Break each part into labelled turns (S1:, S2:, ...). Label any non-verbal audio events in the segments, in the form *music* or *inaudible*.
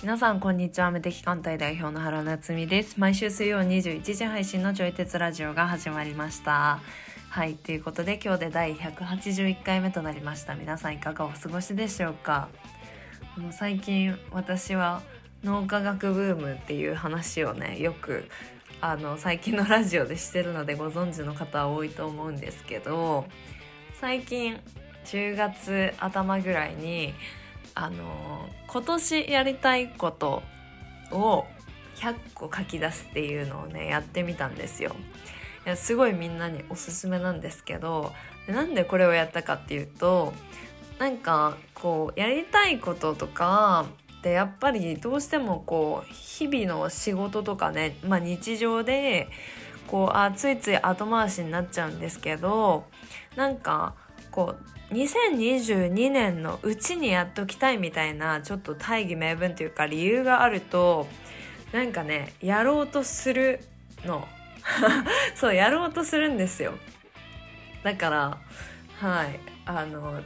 S1: 皆さんこんにちは無敵艦隊代表の原夏実です毎週水曜21時配信のちょい鉄ラジオが始まりましたはいということで今日で第181回目となりました皆さんいかがお過ごしでしょうかあの最近私は脳科学ブームっていう話をねよくあの最近のラジオでしてるのでご存知の方は多いと思うんですけど最近10月頭ぐらいにあの今年やりたいことを100個書き出すっていうのをねやってみたんですよ。いやすごいみんなにおすすめなんですけどなんでこれをやったかっていうとなんかこうやりたいこととかでやっぱりどうしてもこう日々の仕事とかね、まあ、日常でこうあついつい後回しになっちゃうんですけどなんかこう2022年のうちにやっときたいみたいなちょっと大義名分というか理由があるとなんかねやろうとするの *laughs* そうやろうとするんですよだからはいあの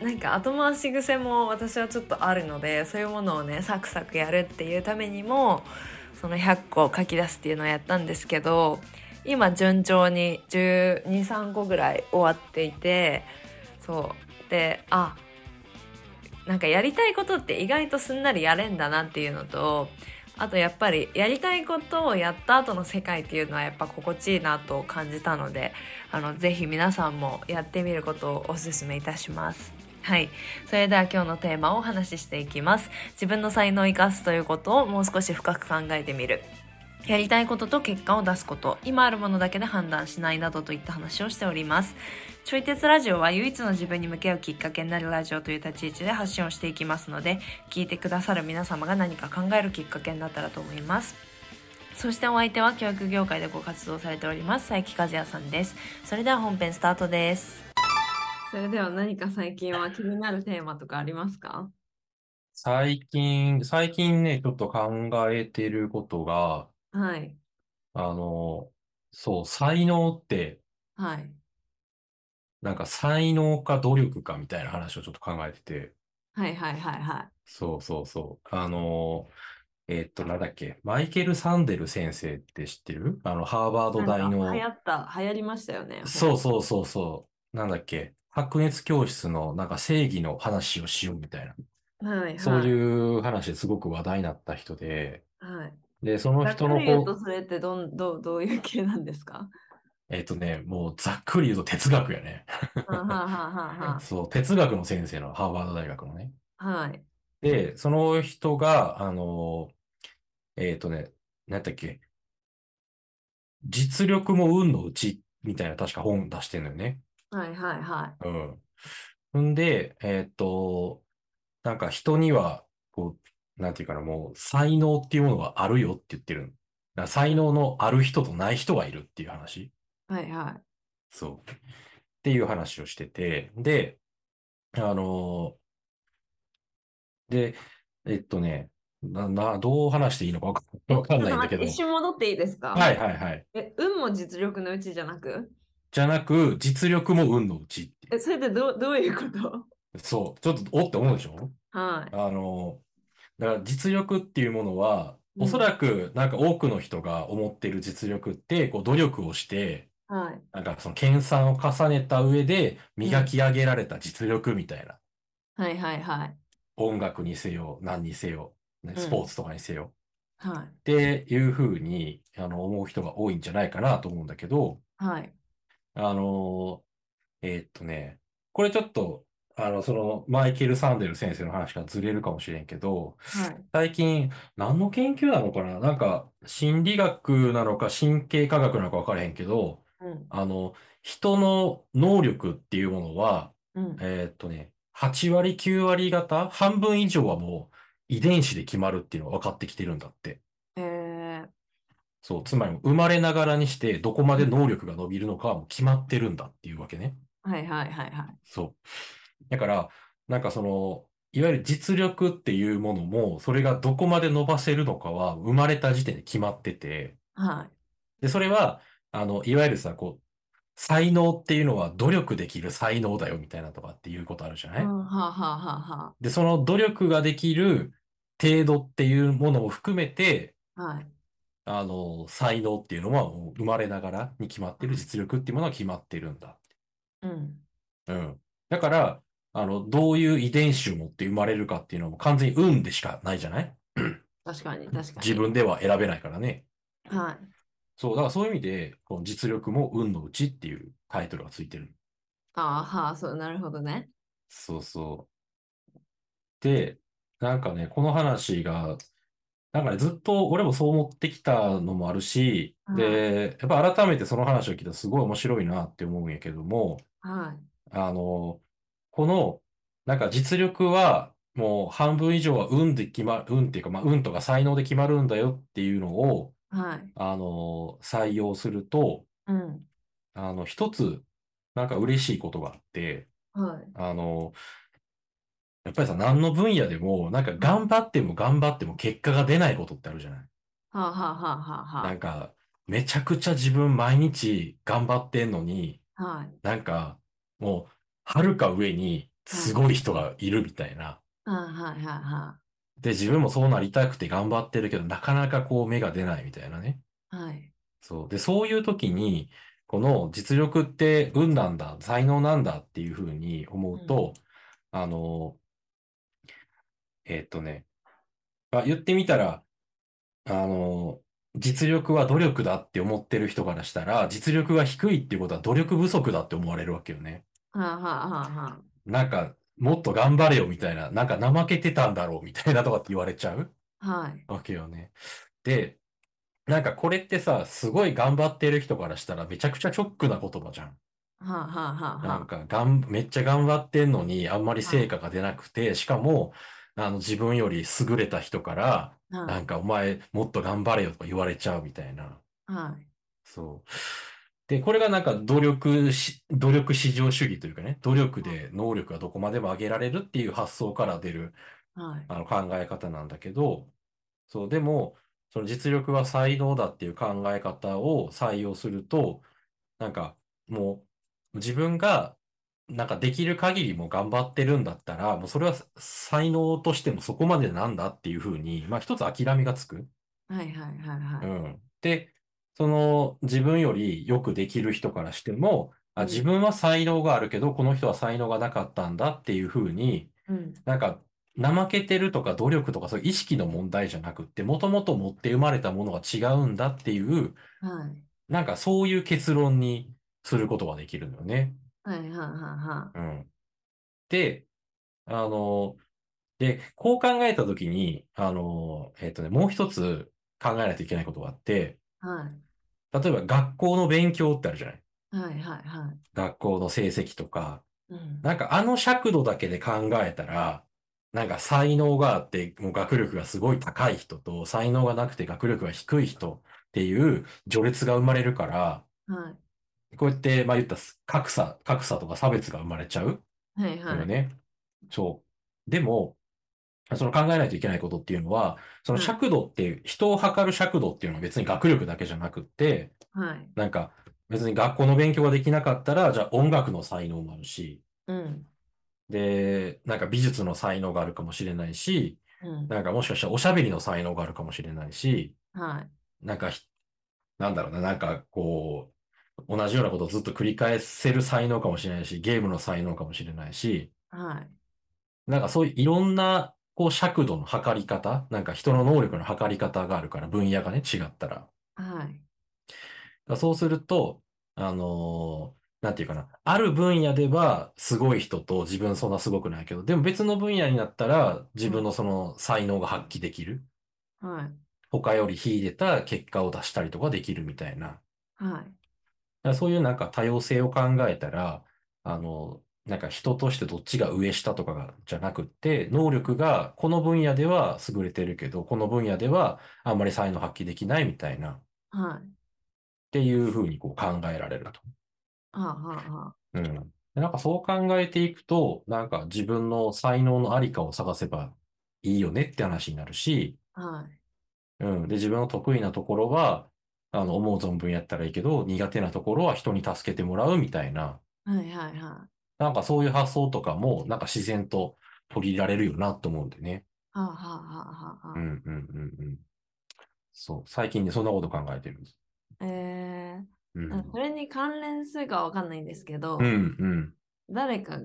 S1: なんか後回し癖も私はちょっとあるのでそういうものをねサクサクやるっていうためにもその100個書き出すっていうのをやったんですけど今順調に123個ぐらい終わっていてそうであなんかやりたいことって意外とすんなりやれんだなっていうのとあとやっぱりやりたいことをやった後の世界っていうのはやっぱ心地いいなと感じたのであのぜひ皆さんもやってみることをおすすめいたします。はい。それでは今日のテーマをお話ししていきます。自分の才能を生かすということをもう少し深く考えてみる。やりたいことと結果を出すこと、今あるものだけで判断しないなどといった話をしております。ちょい鉄ラジオは唯一の自分に向き合うきっかけになるラジオという立ち位置で発信をしていきますので、聞いてくださる皆様が何か考えるきっかけになったらと思います。そしてお相手は教育業界でご活動されております、佐伯和也さんです。それでは本編スタートです。それでは何か最近は気になるテーマとかありますか
S2: 最近、最近ね、ちょっと考えてることが、
S1: はい。
S2: あの、そう、才能って、
S1: はい。
S2: なんか才能か努力かみたいな話をちょっと考えてて、
S1: はいはいはいは
S2: そうそうそう。あの、えっと、なんだっけ、マイケル・サンデル先生って知ってるあの、ハーバー
S1: い。
S2: ド大
S1: なんか
S2: の、
S1: 流行った、流行りましたよね。
S2: そうそうそうそう、なんだっけ、白熱教室のなんか正義の話をしようみたいな、
S1: はいはい。
S2: そういう話ですごく話題になった人で、
S1: はい。
S2: で、その
S1: ざっ
S2: 人
S1: く
S2: の
S1: り言う
S2: こう
S1: とそれってどんどうどういう系なんですか
S2: えっとね、もうざっくり言うと哲学やね。
S1: はんはんはんはん
S2: そう、哲学の先生のハーバード大学のね。
S1: はんはい。
S2: で、その人が、あの、えっとね、なんだっけ、実力も運のうち、みたいな確か本出してんのよね。
S1: はいはいは
S2: うん。んで、えっと、なんか人には、こう、なんていうかな、もう才能っていうものがあるよって言ってるの。だから才能のある人とない人がいるっていう話。
S1: い。はいはい。
S2: そう。っていう話をしてて、で、あので、えっとね、な、な、どう話していいのかわか *laughs* わかんないんだけど。
S1: 一瞬戻っていいですか
S2: はいはいはい。
S1: え、運も実力のうちじゃなく
S2: じゃなく、実力も運のうちっていう
S1: え、それってどうどういうこと
S2: そう。ちょっと、おって思うでしょ
S1: はい。
S2: あのだから実力っていうものは、
S1: うん
S2: おそらく、なんか多くの人が思ってる実力って、こう、努力をして、
S1: はい。
S2: なんかその研鑽を重ねた上で、磨き上げられた実力みたいな。
S1: はいはいはい。
S2: 音楽にせよ、何にせよ、ね、
S1: うん
S2: スポーツとかにせよ、
S1: はい。
S2: っていうふうに、あの、思う人が多いんじゃないかなと思うんだけど、
S1: はい。
S2: あのえーっとね、これちょっと、あの、その、マイケル・サンデル先生の話からずれるかもしれんけど、
S1: はい。
S2: 最近、何の研究なのかななんか、心理学なのか、神経科学なのか分からへんけど、
S1: うん。
S2: あの、人の能力っていうものは、
S1: うん。
S2: えーっとね、8割、9割方、半分以上はもう遺伝子で決まるっていうのが分かってきてるんだって。
S1: え
S2: そう、つまり生まれながらにしてどこまで能力が伸びるのかはもう決まってるんだっていうわけね。
S1: ー、はいはいはいはい。
S2: そう。だから、なんかその、いわゆる実力っていうものも、それがどこまで伸ばせるのかは生まれた時点で決まってて、
S1: はい。
S2: で、それは、あの、いわゆるさ、こう、才能っていうのは努力できる才能だよみたいなとかっていうことあるじゃな
S1: う
S2: い
S1: ん、はあ、はあは
S2: で、その努力ができる程度っていうものも含めて、
S1: あはあ、はい。
S2: あの、才能っていうのはもう生まれながらに決まってる、実力っていうものは決まってるんだ。
S1: うん。
S2: うん。だから、あの、どういう遺伝子を持って生まれるかっていうのも完全に運でしかないじゃない
S1: 確かに、確か
S2: 自分では選べないからね。
S1: に。はい。
S2: そう、だからそういう意味で、この実力も運のうちっていうタイトルがついてる。
S1: ああ、はあ、そう、なるほどね。
S2: そうそう。で、なんかね、この話が、なんかね、ずっと俺もそう思ってきたのもあるし、
S1: はい
S2: で、やっぱ改めてその話を聞いたらすごい面白いなって思うんやけども、
S1: はい。
S2: あの、この、なんか実力は、もう半分以上は運で決ま、運っていうか、まあ、運とか才能で決まるんだよっていうのを、
S1: はい。
S2: あの、採用すると、
S1: うん。
S2: あの、一つ、なんか嬉しいことがあって、
S1: はい。
S2: あの、やっぱりさ、何の分野でも、なんか頑張っても頑張っても結果が出ないことってあるじゃない
S1: はあ、はあ、はあ、は
S2: なんか、めちゃくちゃ自分毎日頑張ってんのに、
S1: あ、はあ。はい。
S2: なんか、もう、はるか上にすごい人がいるみたいな。
S1: はい、はい、はい、は
S2: で、自分もそうなりたくて頑張ってるけど、なかなかこう目が出ないみたいなね。
S1: い。はい。
S2: そう。で、そういう時に、この実力って運なんだ、才能なんだっていうふうに思うと、あの、えっとね、まあ、言ってみたら、あの、実力は努力だって思ってる人からしたら、実力が低いっていうことは努力不足だって思われるわけよね。
S1: はあ、はあ、はあ、は
S2: なんか、もっと頑張れよみたいな、なんか怠けてたんだろうみたいなとかって言われちゃう
S1: あ。はい。
S2: わけよね。で、なんかこれってさ、すごい頑張ってる人からしたらめちゃくちゃショックな言葉じゃん。
S1: はあ、はあ、はあ、
S2: な
S1: は
S2: んかがん、めっちゃ頑張ってんのにあんまり成果が出なくて、しかも、あの自分より優れた人から、
S1: あ。は
S2: なんかお前もっと頑張れよとか言われちゃうみたいな。
S1: い。はい。
S2: そう。で、これがなんか努力し、努力至上主義というかね、努力で能力がどこまでも上げられるっていう発想から出る
S1: はい。
S2: あの考え方なんだけど、そう、でも、その実力は才能だっていう考え方を採用すると、なんかもう自分がなんかできる限りもう頑張ってるんだったら、もうそれは才能としてもそこまでなんだっていうふうに、まあ一つ諦めがつく。
S1: はい、はい、はい、は
S2: う
S1: い。
S2: ん。で、その自分よりよくできる人からしても、あ、
S1: うん
S2: 自分は才能があるけど、この人は才能がなかったんだっていうふうに、
S1: うん。
S2: なんか、怠けてるとか努力とかそういう意識の問題じゃなくって、もともと持って生まれたものが違うんだっていう、
S1: はい。
S2: なんかそういう結論にすることができるのよね。
S1: はい、はい、はい、は
S2: うん。で、あの、で、こう考えたときに、あの、えっとね、もう一つ考えないといけないことがあって、
S1: い。はい。
S2: 例えば学校の勉強ってあるじゃない
S1: はい、はい、はい。
S2: 学校の成績とか、
S1: うん。
S2: なんかあの尺度だけで考えたら、なんか才能があって、もう学力がすごい高い人と、才能がなくて学力が低い人っていう序列が生まれるから、
S1: はい。
S2: こうやって、まあ言ったす格差、格差とか差別が生まれちゃう
S1: はい、
S2: のよ
S1: はい。
S2: ね。そう。でも、その考えないといけないことっていうのは、その尺度っていう、人を測る尺度っていうのは別に学力だけじゃなくって、
S1: はい。
S2: なんか別に学校の勉強ができなかったら、じゃあ音楽の才能もあるし、
S1: うん。
S2: で、なんか美術の才能があるかもしれないし、
S1: うん。
S2: なんかもしかしたらおしゃべりの才能があるかもしれないし、
S1: はい。
S2: なんかひ、なんだろうな、なんかこう、同じようなことをずっと繰り返せる才能かもしれないし、ゲームの才能かもしれないし、
S1: はい。
S2: なんかそういういろんな、こう、尺度の測り方、なんか人の能力の測り方があるから、分野がね、違ったら。だか
S1: はい。
S2: らそうすると、あのーなんていうかな、ある分野ではすごい人と自分そんなすごくないけど、でも別の分野になったら自分のその才能が発揮できる。
S1: はい。
S2: 他より秀でた結果を出したりとかできるみたいな。だか
S1: はい。
S2: らそういうなんか多様性を考えたら、あの、なんか人としてどっちが上下とかがじゃなくって、能力がこの分野では優れてるけど、この分野ではあんまり才能発揮できないみたいな、っ
S1: はい。
S2: ていうふうにこう考えられると。
S1: ああ、は
S2: うん。でなんかそう考えていくと、なんか自分の才能のありかを探せばいいよねって話になるし、
S1: あ、はい。
S2: うん。で、自分の得意なところは、あの、思う存分やったらいいけど、苦手なところは人に助けてもらうみたいな、
S1: はいはいは
S2: なんかそういう発想とかも、なんか自然と取り入れられるよなと思うんでね。
S1: あはあはあはあは
S2: う
S1: あ
S2: ん、うん、うん、うん。そう。最近ね、そんなこと考えてるんです。
S1: え
S2: う
S1: ー
S2: ん。
S1: なんかそれに関連するかわかんないんですけど、
S2: うん、うん、
S1: 誰か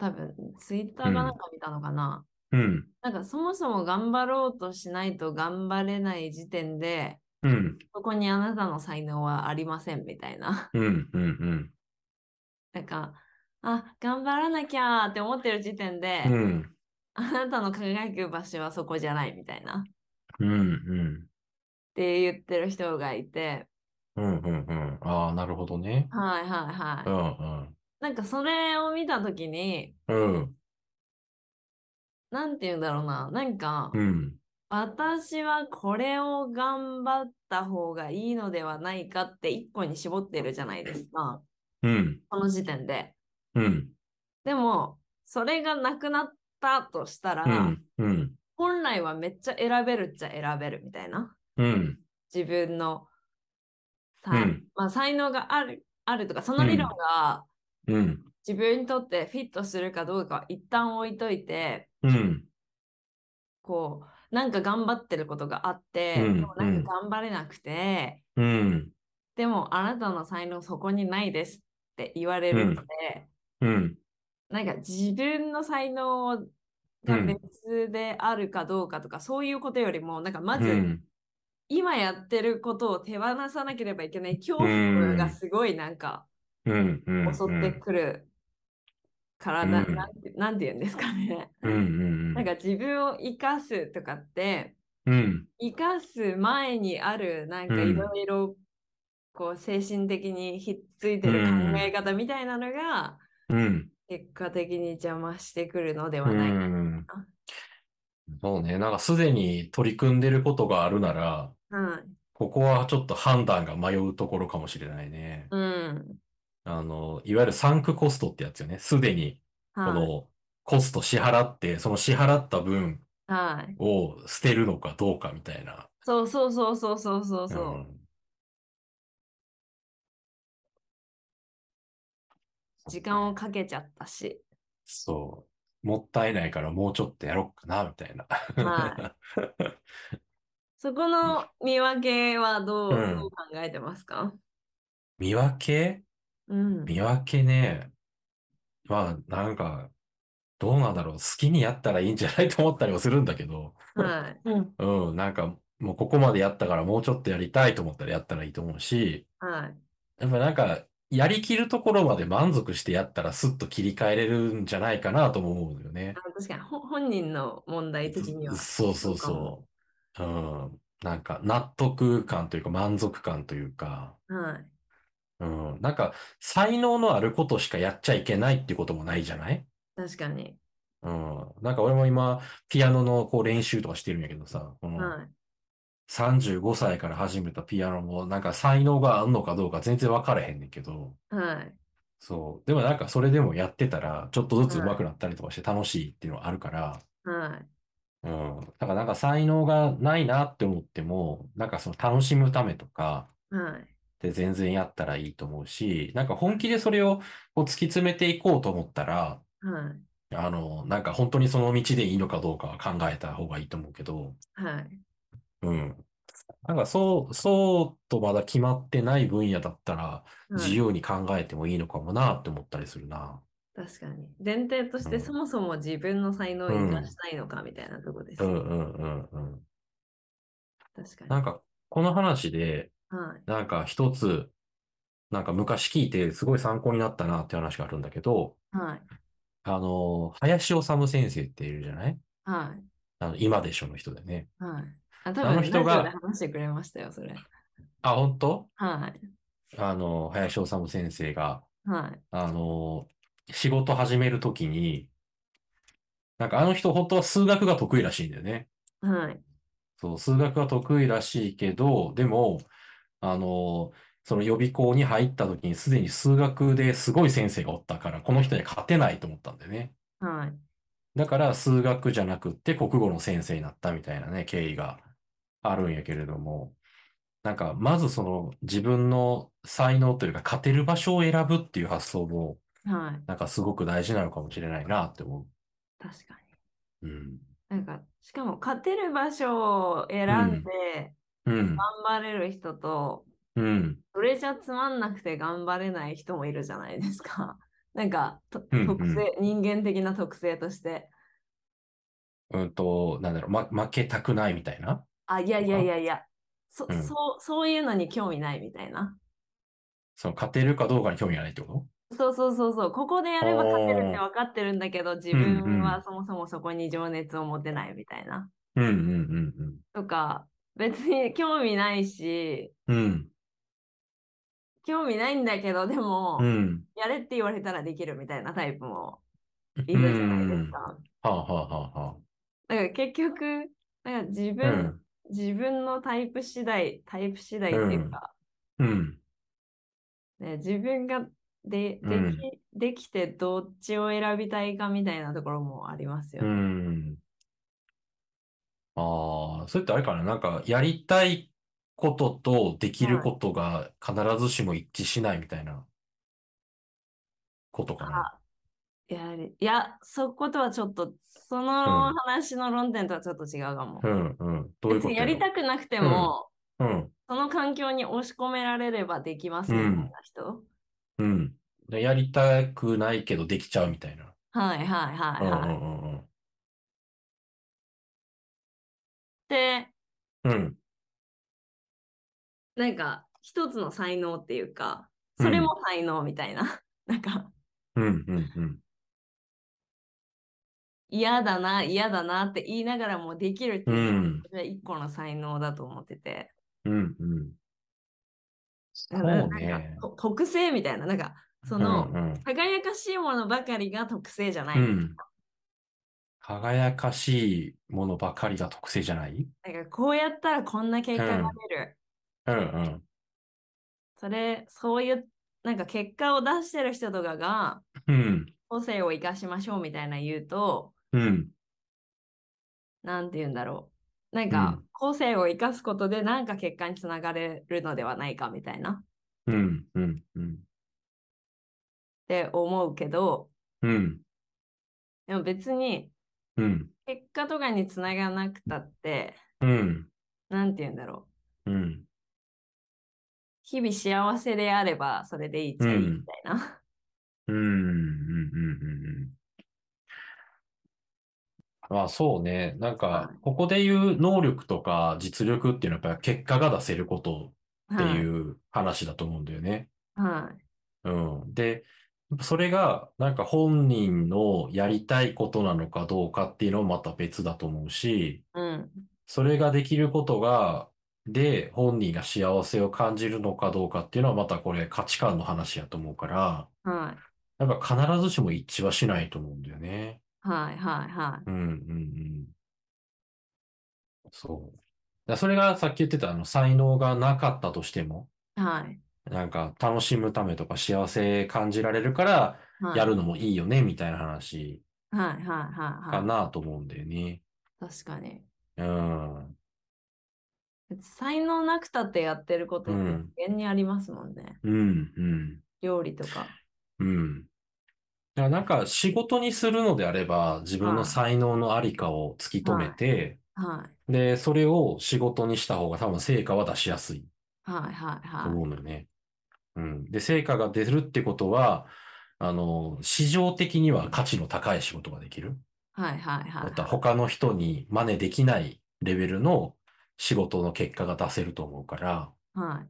S1: 多分ツイッターかなんか見たのかな、
S2: うん、
S1: なんかそもそも頑張ろうとしないと頑張れない時点で
S2: うん、
S1: そこにあなたの才能はありませんみたいな *laughs*
S2: うん、うん、うん、
S1: なんかあ頑張らなきゃーって思ってる時点で、
S2: うん、
S1: あなたの輝く場所はそこじゃないみたいなっ
S2: うん、
S1: て言ってる人がいて
S2: うん、うん、うん。ああ、なるほどね。
S1: はいはいはい、
S2: うん、
S1: なんかそれを見た時に
S2: うん、うん、
S1: なんて言うんだろうななんか、
S2: うん、
S1: 私はこれを頑張った方がいいのではないかって一個に絞ってるじゃないですか。
S2: うん、
S1: この時点で。
S2: うん、
S1: でも、それがなくなったとしたら、
S2: うん、うん、
S1: 本来はめっちゃ選べるっちゃ選べるみたいな。
S2: うん、
S1: 自分のさ、
S2: うん
S1: まあ、才能がある、あるとか、その理論が
S2: うん、
S1: 自分にとってフィットするかどうかは一旦置いといて、
S2: うん、
S1: こう、なんか頑張ってることがあって、
S2: うん
S1: でもなんか頑張れなくて、
S2: うん、
S1: でもあなたの才能そこにないですって言われるので、
S2: うん、
S1: なんか自分の才能が別であるかどうかとか、そういうことよりも、なんかま
S2: う
S1: ず
S2: ん、
S1: 今やってることを手放さなければいけない恐怖がすごいなんか
S2: うん、うん、
S1: 襲ってくるから、
S2: うん
S1: な
S2: うん
S1: なんてなんて言うんですかね。
S2: うん、うん、
S1: なんか自分を生かすとかって、
S2: うん、
S1: 生かす前にあるなんか
S2: うん
S1: いろいろこう精神的にひっついてる考え方みたいなのが
S2: うん、
S1: 結果的に邪魔してくるので
S2: う
S1: はないか
S2: ん。そうね。なんかすでに取り組んでることがあるなら、
S1: はい。
S2: ここはちょっと判断が迷うところかもしれないね。
S1: うん。
S2: あの、いわゆるサンクコストってやつよね。すでに、こ
S1: はい。
S2: の、コスト支払って、その支払った分
S1: はい。
S2: を捨てるのかどうかみたいな。
S1: そうそうそうそうそうそうそう。時間をかけちゃった
S2: *laughs*
S1: し。
S2: そう。もったいないからもうちょっとやろっかな、みたいな。
S1: はそこの見分けはどう,、
S2: うん
S1: どう考えてますか
S2: *laughs* 見分け
S1: うん。
S2: 見分けね。まあ、なんか、どうなんだろう。好きにやったらいいんじゃないと思ったりもするんだけど。
S1: はい。
S2: うん、なんか、もうここまでやったからもうちょっとやりたいと思ったらやったらいいと思うし、
S1: はい。
S2: やっぱなんか、やりきるところまで満足してやったらスッと切り替えれるんじゃないかなとも思うのよね
S1: あ。確かにほ本人の問題的には。
S2: そうそう
S1: そうかも
S2: そう。うん。なんか、納得感というか満足感というか、
S1: はい。
S2: うん。なんか、才能のあることしかやっちゃいけないってこともないじゃない
S1: 確かに。
S2: うん。なんか俺も今、ピアノのこう練習とかしてるんやけどさ、この
S1: はい。
S2: 35歳から始めたピアノも、なんか才能があんのかどうか全然分からへんねんけど、
S1: はい。
S2: そう。でもなんかそれでもやってたら、ちょっとずつ上手くなったりとかして楽しいっていうのはあるから、
S1: はい。
S2: うん。だからなんか才能がないなって思っても、なんかその楽しむためとか、
S1: はい。
S2: で全然やったらいいと思うし、なんか本気でそれをこう突き詰めていこうと思ったら、
S1: はい。
S2: あの、なんか本当にその道でいいのかどうかは考えた方がいいと思うけど、
S1: はい。
S2: うん。なんかそう、そうとまだ決まってない分野だったら、
S1: は
S2: 自
S1: い
S2: 由に考えてもいいのかもなって思ったりするな。
S1: 確かに。前提として
S2: うん
S1: そもそも自分の才能を
S2: うん
S1: 生かしたいのかみたいなとこです
S2: う
S1: よ。
S2: んうんうんうん。
S1: 確か
S2: な
S1: に。
S2: んか、この話で、
S1: はい。
S2: なんか一つ、なんか昔聞いてすごい参考になったなって話があるんだけど、
S1: はい。
S2: あの、林修先生っているじゃない
S1: は
S2: あの、今でしょの人だよね。
S1: い。はい。あ、多
S2: あの
S1: 分
S2: 人が
S1: ラジオで話してくれましたよ、それ。
S2: あ、本当
S1: はい。
S2: あの、林修先生が、
S1: はい。
S2: あの、仕事始めるときに、なんかあの人本当は数学が得意らしいんだよね。
S1: はい。
S2: そう、数学が得意らしいけど、でも、あの、その予備校に入った時にすでに数学ですごい先生がおったから、この人には勝てないと思ったんだよね。
S1: はい。
S2: だから数学じゃなくって国語の先生になったみたいなね、経緯があるんやけれども、なんか、まずその自分の才能というか、勝てる場所を選ぶっていう発想も、
S1: はい。
S2: なんかすごく大事なのかもしれないなって思
S1: 確かに。
S2: う。うん。
S1: なんか、しかも勝てる場所を選んで
S2: うん。
S1: 頑張れる人と、
S2: うん。
S1: それじゃつまんなくて頑張れない人もいるじゃないですか。 *laughs* なんか、と
S2: うんうん
S1: 特性、人間的な特性として。
S2: うんと、なんだろう、ま、負けたくないみたいな。
S1: あ、いやいやいやいや、そ、
S2: うん
S1: そう、そういうのに興味ないみたいな。
S2: その勝てるかどうかに興味がないってこと
S1: そうそうそうそう、ここでやれば勝てるって
S2: あ
S1: 分かってるんだけど、自
S2: うんう
S1: 分
S2: ん
S1: はそもそもそこに情熱を持てないみたいな。
S2: うんうん
S1: とか、別に興味ないし、
S2: うんうん。
S1: 興味ないんだけど、でも、
S2: うん。うん。
S1: やれって言われたらできるみたいなタイプもいるじゃないですか。
S2: はあはあはあは
S1: だから結局、なんか自
S2: あ。う
S1: 分、
S2: ん。
S1: 自分のタイプ次第、タイプ次第っていうか、
S2: うん。
S1: ね、自分がででき、
S2: うん
S1: できてどっちを選びたいかみたいなところもありますよ
S2: う
S1: ね。
S2: ん。ああ、それってあれかななんか、やりたいこととできることが必ずしも一致しないみたいなことかな。
S1: いやりいや、そことはちょっと、その話の論点とはちょっと違うかも。
S2: うんうん。どういう
S1: 別
S2: こ
S1: に
S2: と
S1: やりたくなくても、
S2: うん。
S1: その環境に押し込められればできますみたいな人。
S2: うん。でやりたくないけどできちゃうみたいな。
S1: はいはいはいはい。
S2: うんうんうん
S1: で、
S2: うん。うん。
S1: なんか一つの才能っていうか、それも才能みたいな。 *laughs* なんか
S2: うんうんうん。
S1: 嫌だな、嫌だなって言いながらもできるって
S2: う
S1: いうの
S2: ん。
S1: が一個の才能だと思ってて。
S2: うんうん。
S1: だ
S2: そう
S1: からなんか
S2: ね。
S1: と特性みたいな。なんかその、
S2: うんうん。
S1: 輝かしいものばかりが特性じゃない。
S2: うん。輝かしいものばかりが特性じゃない
S1: なんかこうやったらこんな結果が出る。
S2: うんうん。
S1: それ、そういう、なんか結果を出してる人とかが
S2: うん。
S1: 個性を生かしましょうみたいな言うと、
S2: うん。
S1: なんて言うんだろう。なん
S2: う
S1: か
S2: ん、
S1: 個性を生かすことで、なんか結果につながれるのではないかみたいなっ
S2: うん。うん。うん。
S1: て思うけど、
S2: うん。
S1: でも別に、
S2: うん。
S1: 結果とかにつながらなくたって、
S2: うん。
S1: なんて言うんだろう。
S2: うん。
S1: 日々幸せであれば、それでいいっちゃいいみたいな。
S2: うん。うん。うん。まあそうね。なんか
S1: は、
S2: ここで言う能力とか実力っていうのはやっぱり結果が出せることっ
S1: *laughs*
S2: て
S1: はい
S2: いう話だと思うんだよね。
S1: はい。
S2: うん。で、それがなんか本人のやりたいことなのかどうかっていうのもまた別だと思うし、
S1: うん。
S2: それができることが、で、本人が幸せを感じるのかどうかっていうのはまたこれ価値観の話やと思うから、
S1: はい。
S2: やっぱ必ずしも一致はしないと思うんだよね。
S1: はい。はい。はい。
S2: うんうんうん。そう。だそれがさっき言ってたあの才能がなかったとしても、
S1: はい。
S2: なんか楽しむためとか幸せ感じられるから
S1: はい。
S2: やるのもいいよねみたいな話
S1: はい。はい。はい。
S2: か
S1: は
S2: なと思うんだよね。
S1: い。確かに。
S2: うん。
S1: 才能なくたってやってること
S2: う
S1: って
S2: ん。
S1: 無限にありますもんね。
S2: うん。うん。
S1: 料理とか。
S2: うん。だからなんか仕事にするのであれば、自分の才能のありかを突き止めて、
S1: はい。
S2: で、それを仕事にした方が多分成果は出しやすい
S1: はいはい
S2: と
S1: は
S2: 思うのよね。うん。で、成果が出るってことは、あの、市場的には価値の高い仕事ができる。
S1: い。はいはいは
S2: ま
S1: い。
S2: た他の人に真似できないレベルの仕事の結果が出せると思うから、
S1: はい。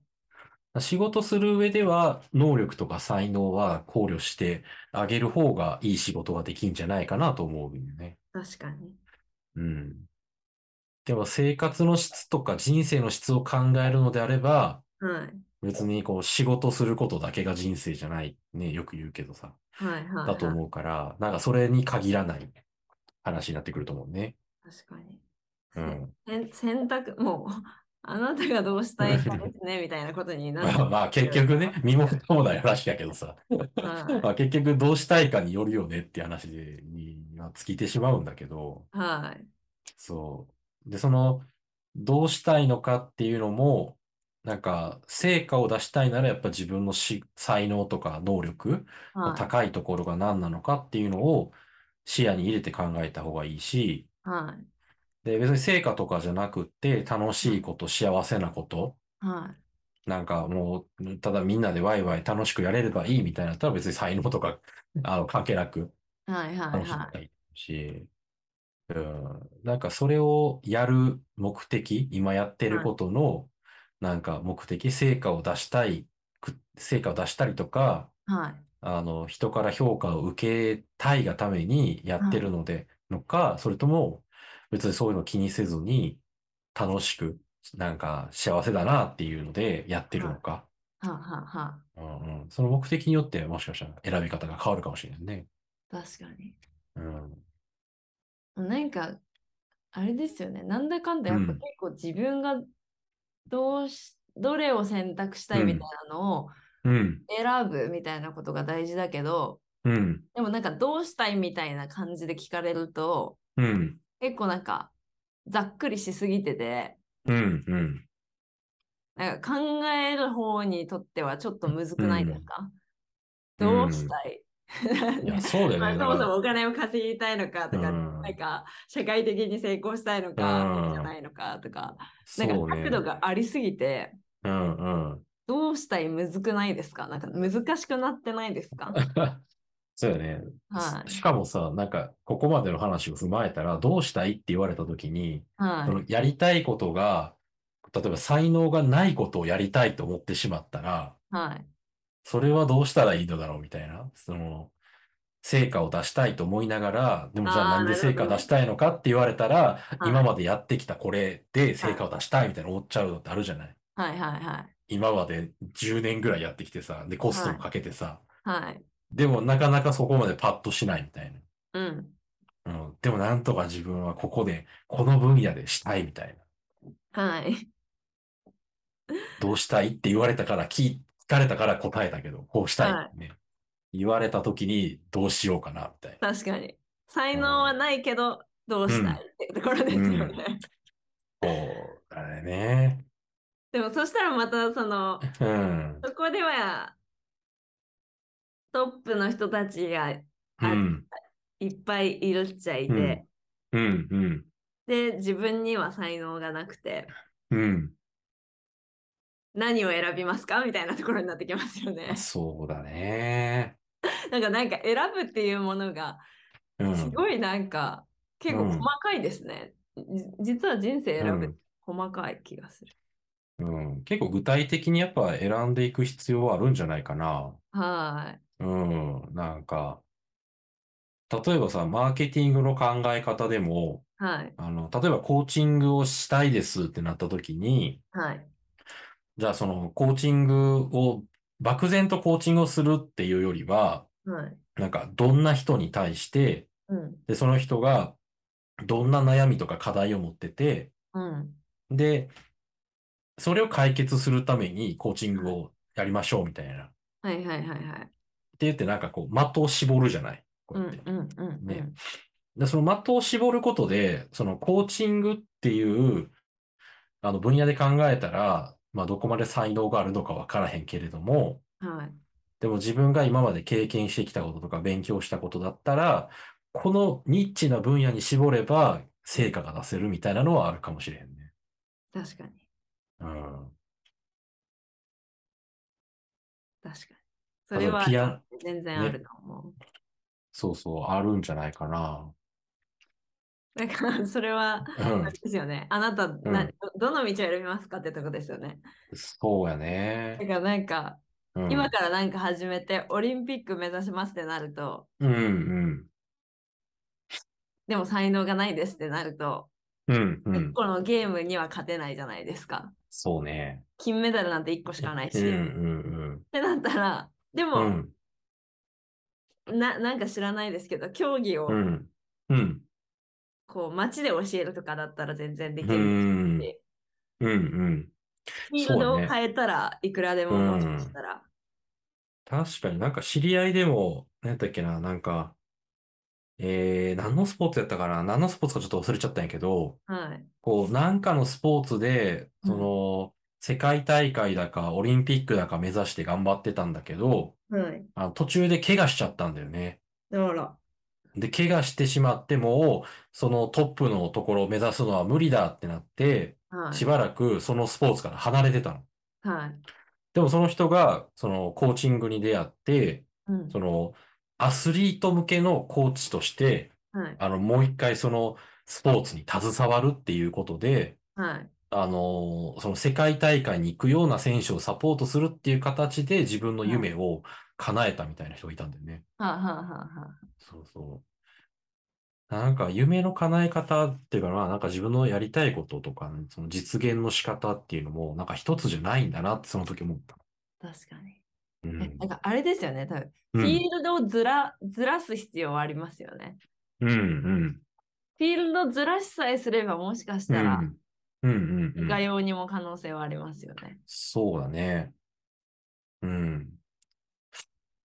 S2: 仕事する上では能力とか才能は考慮してあげる方がいい仕事ができんじゃないかなと思うよね。
S1: 確かに。
S2: うん。でも生活の質とか人生の質を考えるのであれば、
S1: はい。
S2: 別にこう仕事することだけが人生じゃない。ね、よく言うけどさ。
S1: はいはい。
S2: だと思うから、なんかそれに限らない話になってくると思うね。
S1: 確かに。
S2: うん。
S1: せん選択、もう、 *laughs* あなたがどうしたいかですね、みたいなことにな
S2: まあ
S1: る。
S2: まあ結局ね、身も蓋もない話だけどさ。
S1: は
S2: まあ結局どうしたいかによるよねって話には尽きてしまうんだけど、
S1: い。はい。
S2: そう。で、その、どうしたいのかっていうのも、なんか、成果を出したいなら、やっぱ自分のし、才能とか能力の
S1: は
S2: 高いところが何なのかっていうのを視野に入れて考えた方がいいし、
S1: い、はい、
S2: で、別に成果とかじゃなくて、楽
S1: う
S2: しい
S1: ん
S2: こと、幸せなこと、
S1: はい。
S2: なんかもう、ただみんなでワイワイ楽しくやれればいいみたいなのだったら別に才能と
S1: *laughs*
S2: か、あの、関係なく
S1: はいはい
S2: 楽しん
S1: は
S2: だ
S1: い。
S2: りし、うん、なんかそれをやる目的、今やってる
S1: はい。
S2: ことの、なんか目的、成果を出したいく、成果を出したりとか、
S1: はい。
S2: あの、人から評価を受けたいがためにやって
S1: は
S2: るので、のか、それとも別にそういうの気にせずに楽しく、なんか幸せだなっていうのでやっ
S1: い。
S2: てる
S1: は
S2: のか。
S1: い。はいはいはい。
S2: うんうん、その目的によってもしかしたら選び方が変わるかもしれないね。
S1: 確かに。
S2: うん。
S1: なんか、あれですよね。なんだかんだ
S2: う
S1: やっぱ結
S2: ん。
S1: 構自分がどうし、どれを選択した
S2: う
S1: いみた
S2: ん。
S1: いなのを
S2: うん。
S1: 選ぶみたいなことが大事だけど、
S2: うん。
S1: でもなんかどうしたいみたいな感じで聞かれると、
S2: うん。
S1: 結構なんかざっくりしすぎてて、
S2: うん。うん。
S1: なんか考える方にとってはちょっとむず
S2: う
S1: くないです
S2: ん。
S1: か
S2: う
S1: どうし
S2: ん
S1: たい
S2: い
S1: *laughs*
S2: や、そうだよ
S1: ま
S2: ね。
S1: あ、
S2: だ
S1: そ
S2: か
S1: もそも
S2: ら、
S1: お金を稼ぎたいのか
S2: う
S1: とか、なん
S2: ん。
S1: か社会的に成功したいの
S2: う
S1: か、そうじゃ
S2: ん。
S1: ないのかとか、なんか
S2: そう
S1: 角度
S2: ね。
S1: がありすぎて、
S2: うん。うん。
S1: どうしたいむずくないですかなんか難しくなってないです
S2: *laughs*
S1: か
S2: そうよね。し
S1: は
S2: し
S1: い。
S2: かもさ、なんか、ここまでの話を踏まえたら、どうしたいって言われたときに、
S1: は
S2: その
S1: い。
S2: やりたいことが、例えば才能がないことをやりたいと思ってしまったら、
S1: はい。
S2: それはどうしたらいいのだろうみたいな。その、成果を出したいと思いながら、でもじゃあ
S1: あ
S2: な
S1: あ、
S2: んで
S1: なる
S2: 成
S1: ほ
S2: 果出
S1: ど。
S2: したいのかって言われたら、今
S1: はい。
S2: までやってきたこれで成
S1: はい。
S2: 果を出したいみたいな思っちゃうのってあるじゃない。
S1: はいはいはい。
S2: 今まで10年ぐらいやってきてさ、でコスト
S1: は
S2: も
S1: い。
S2: かけてさ、
S1: はい。
S2: でもなかなかそこまでパッとしないみたいな。
S1: うん。
S2: うん、でもなんとか自分はここで、この分野でしたいみたいな。
S1: はい。 *laughs*
S2: どうしたいって言われたから聞い、聞かれたから答えたけど、こうしたい
S1: はい。
S2: ね。言われた時にどうしようかなみたい
S1: 確かに。才
S2: な。
S1: 能はないけど、どう
S2: う
S1: したい
S2: ん、
S1: っていうところで
S2: う
S1: す
S2: ん、う
S1: よ
S2: ん。
S1: ね。 *laughs*
S2: そうだよね。
S1: でもそしたらまたそ
S2: *laughs*
S1: の、
S2: うん、
S1: そこではトップの人たちが
S2: う
S1: あ
S2: ん、
S1: いっぱいいるっちゃいうて、
S2: ん、うん、うん、
S1: で、自分には才能がなくて、
S2: うん。
S1: *laughs* 何を選びますかみたいなところになってきますよね。 *laughs*
S2: そうだね。
S1: なんか、なんか選ぶっていうものが、
S2: う
S1: す
S2: ん、
S1: ごいなんか、
S2: う
S1: 結構細
S2: ん、
S1: かいですね。じ実は人生
S2: う
S1: 選ぶって
S2: ん、
S1: 細かい気がする。
S2: うん。結構具体的にやっぱ選んでいく必要はあるんじゃないかな。
S1: は
S2: うん、なんか。例えばさ、マーケティングの考え方でも、
S1: い。はい。
S2: あの、例えばコーチングをしたいですってなった時に、
S1: はい。
S2: じゃあそのコーチングを、漠然とコーチングをするっていうよりは、
S1: はい。
S2: なんかどんな人に対して、
S1: うん。
S2: で、その人がどんな悩みとか課題を持ってて、
S1: うん。
S2: で、それを解決するためにコーチング
S1: はい。
S2: をやりましょうみたいな。って
S1: はいはいはいはい。
S2: 言ってなんかこう、的を絞るじゃない。こ
S1: う
S2: うやっ
S1: ん
S2: て。
S1: うんうんう
S2: ね。
S1: ん。
S2: で、その的を絞ることで、そのコーチングっていう、あの分野で考えたら、まあどこまで才能があるのかわからへんけれども、
S1: はい。
S2: でも自分が今まで経験してきたこととか勉強したことだったら、このニッチな分野に絞れば成果が出せるみたいなのはあるかもしれへんね。
S1: 確かに。
S2: うん。
S1: 確かに。そ
S2: 例え
S1: れ
S2: ば
S1: は
S2: ピア、
S1: 全然あ
S2: ね、
S1: ると思う。
S2: そうそう、あるんじゃないかな。
S1: だからそれは、
S2: う
S1: あれ *laughs*
S2: ん、
S1: ですよね。あなた
S2: う
S1: な、
S2: ん。
S1: ど、ど *laughs* の道を選びますかってとこですよね。
S2: そうや
S1: だ
S2: ね。
S1: からなんか、
S2: う
S1: 今
S2: ん、
S1: からなんか始めて、オリンピック目指しますってなると、
S2: うん、
S1: でも才能がないですってなると、
S2: うん、うん、う
S1: 1
S2: ん。
S1: 個のゲームには勝てないじゃないですか。
S2: そうね。
S1: 金メダルなんて1個しかない
S2: うん、
S1: し。っ
S2: うん、
S1: てなったら、で
S2: う
S1: も、
S2: ん、
S1: な、なんか知らないですけど、競技
S2: う
S1: を
S2: ん、うん。
S1: こう街で教えるとかだったら全然で
S2: う
S1: きる
S2: ん、
S1: し、
S2: うん、うん。
S1: フィール
S2: そうや
S1: ドを
S2: ね。
S1: 変えたらいくらで
S2: う
S1: ももしかし
S2: ん。
S1: たら。
S2: 確かになんか知り合いでも、何やったっけな、なんか、えー、何のスポーツやったかな、何のスポーツかちょっと忘れちゃったんやけど、
S1: はい。
S2: こう、なんかのスポーツで、
S1: う
S2: そ
S1: ん。
S2: の、世界大会だか、オリンピックだか目指して頑張ってたんだけど、
S1: はい。
S2: あの途中で怪我しちゃったんだよね。
S1: あら。
S2: で、怪我してしまっても、そのトップのところを目指すのは無理だってなって、
S3: はい
S2: しばらくそのスポーツから離れてたの。
S3: はい
S2: でもその人が、そのコーチングに出会って、
S3: うん
S2: そのアスリート向けのコーチとして、
S3: はい
S2: あの、もう一回そのスポーツに携わるっていうことで、
S3: はい
S2: あの、その世界大会に行くような選手をサポートするっていう形で自分の夢を叶えたみたいな人がいたんだよね。
S3: はあはあはあはあ
S2: そうそう。なんか夢の叶え方っていうかな、なんか自分のやりたいこととか、その実現の仕方っていうのも、なんか一つじゃないんだなってその時思った。
S3: 確かに。
S1: え
S2: うん
S1: な。んかあれですよね、多分。
S2: う
S1: フィ
S2: ん。
S1: ールドをずら、ずらす必要はありますよね。
S2: うん。うん。
S1: フィールドずらしさえすれば、もしかし
S2: うん。
S1: たら、
S2: うん。うん。うん
S1: 画用にも可能性はありますよね。
S2: そうだね。うん。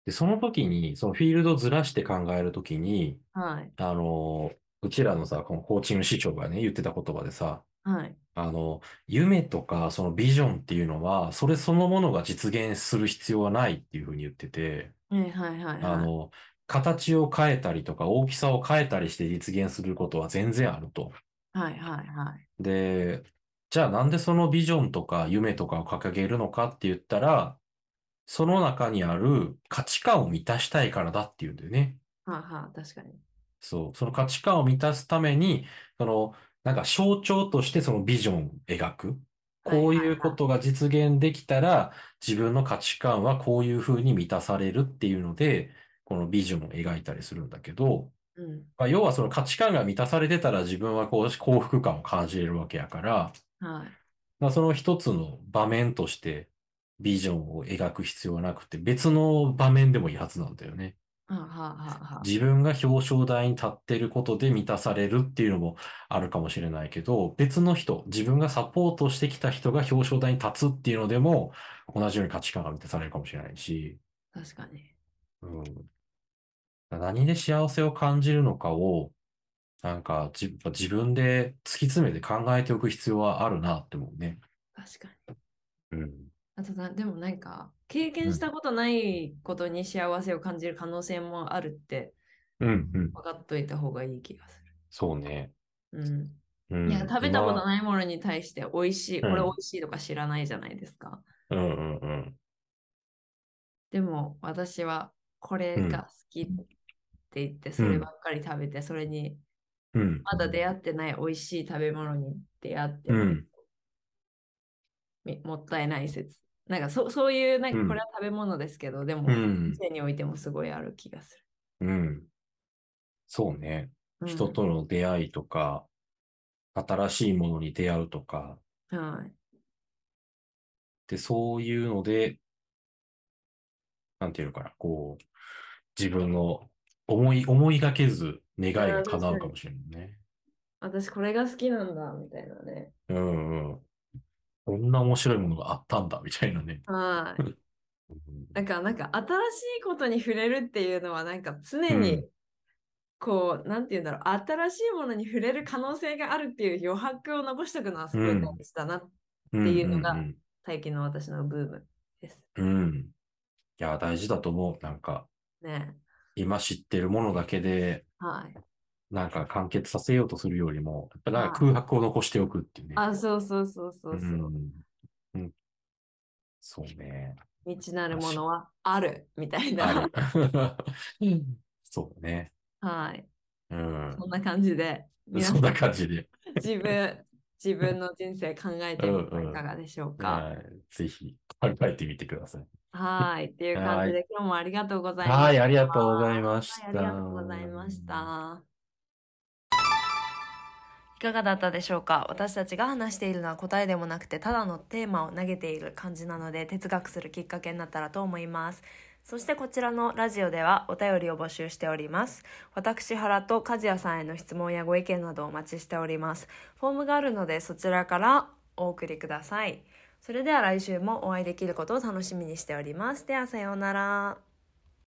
S2: で、その時に、そのフィールドずらして考えるときに、
S1: はい。
S2: あの、うちらのさ、このコーチング師長がね、言ってた言葉でさ、
S1: はい。
S2: あの、夢とかそのビジョンっていうのは、それそのものが実現する必要はないっていうふうに言ってて、
S1: はいはいはい
S2: あ
S1: はい。
S2: の、形を変えたりとか大きさを変えたりして実現することは全然あると。
S1: はいはいはい。
S2: で、じゃあなんでそのビジョンとか夢とかを掲げるのかって言ったら、その中にある価値観を満たしたいからだっていうんだよね。
S1: はあはあ、確かに。
S2: そう。その価値観を満たすために、その、なんか象徴としてそのビジョンを描く。こういうことが実現できたら、自分の価値観はこういうふうに満たされるっていうので、このビジョンを描いたりするんだけど、
S1: うん。
S2: まあ、要はその価値観が満たされてたら自分はこう幸福感を感じれるわけやから、
S1: はい。
S2: まあ、その一つの場面としてビジョンを描く必要はなくて、別の場面でもいいはずなんだよね。
S1: はあはあはあはあ。
S2: 自分が表彰台に立ってることで満たされるっていうのもあるかもしれないけど、別の人、自分がサポートしてきた人が表彰台に立つっていうのでも、同じように価値観が満たされるかもしれないし、
S1: 確かに。
S2: うん、何で幸せを感じるのかを、なんかじ自分で突き詰めて考えておく必要はあるなって思うね。
S1: 確かに。
S2: うん。
S1: あとな、でもなんか、経験したことないことに幸せを感じる可能性もあるって
S2: うん、うん。
S1: 分かっといた方がいい気がす
S2: そうね。
S1: る。うん。
S2: うん。
S1: いや、食べたこと
S2: い。
S1: ないものに対して美味しい、こ
S2: う
S1: れ
S2: ん
S1: 美味しいとか知らないじゃないですか。
S2: うん、うん、うん。
S1: でも私はこれ
S2: うん
S1: が好きって言って、そればっかり食べて、それに
S2: うん。
S1: まだ出会ってない美味しい食べ物に出会って、
S2: うん。
S1: みもったいない説。なんかそそういう、なん
S2: う
S1: か
S2: ん
S1: これは食べ物ですけど、でも、
S2: うん。
S1: 人生においてもすごいある気がする。
S2: うん。そうね。
S1: うん
S2: 人との出会いとか、新しいものに出会うとか、
S1: はい。
S2: で、そういうので、なんていうのかな、こう、自分の思い、思いがけず願いが叶うかもしれないね。
S1: 私これが好きなんだみたいなね。
S2: うんうん。こんな面白いものがあったんだ、みたいな
S1: *laughs*
S2: ね。
S1: はい。だからなんか新しいことに触れるっていうのはなんか常
S2: う
S1: に
S2: ん
S1: こう、なんて言うんだろう、新しいものに触れる可能性があるっていう余白を残しておくのはすごい大事だな、
S2: って
S1: いうのが
S2: うんうん
S1: 最近の私のブームです。
S2: うん。うん。いや、大事だと思う。なんか、
S1: ね。
S2: 今知ってるものだけで、
S1: はい。
S2: なんか完結させようとするよりも、やっぱなんか空白を残しておくっていうね。
S1: あ、そうそうそうそううそう。
S2: ん。うん。そうね。
S1: 道なるものはあるみたいな。
S2: ある *laughs* そうね。
S1: はい。
S2: うん
S1: そ。んな感じで、皆さ
S2: そんな感じで。
S1: 自分、自分の人生考えてみてはいかがでしょうか。
S2: はい。ぜひ考えてみてください。
S1: はい。っていう感じで今日もありがとうございました。
S2: はい、
S1: はい、
S2: ありがとうございまし
S1: あり
S2: た。
S1: がとうございました。
S3: いかがだったでしょうか私たちが話しているのは答えでもなくてただのテーマを投げている感じなので哲学するきっかけになったらと思いますそしてこちらのラジオではお便りを募集しております私原と和也さんへの質問やご意見などお待ちしておりますフォームがあるのでそちらからお送りくださいそれでは来週もお会いできることを楽しみにしておりますではさようなら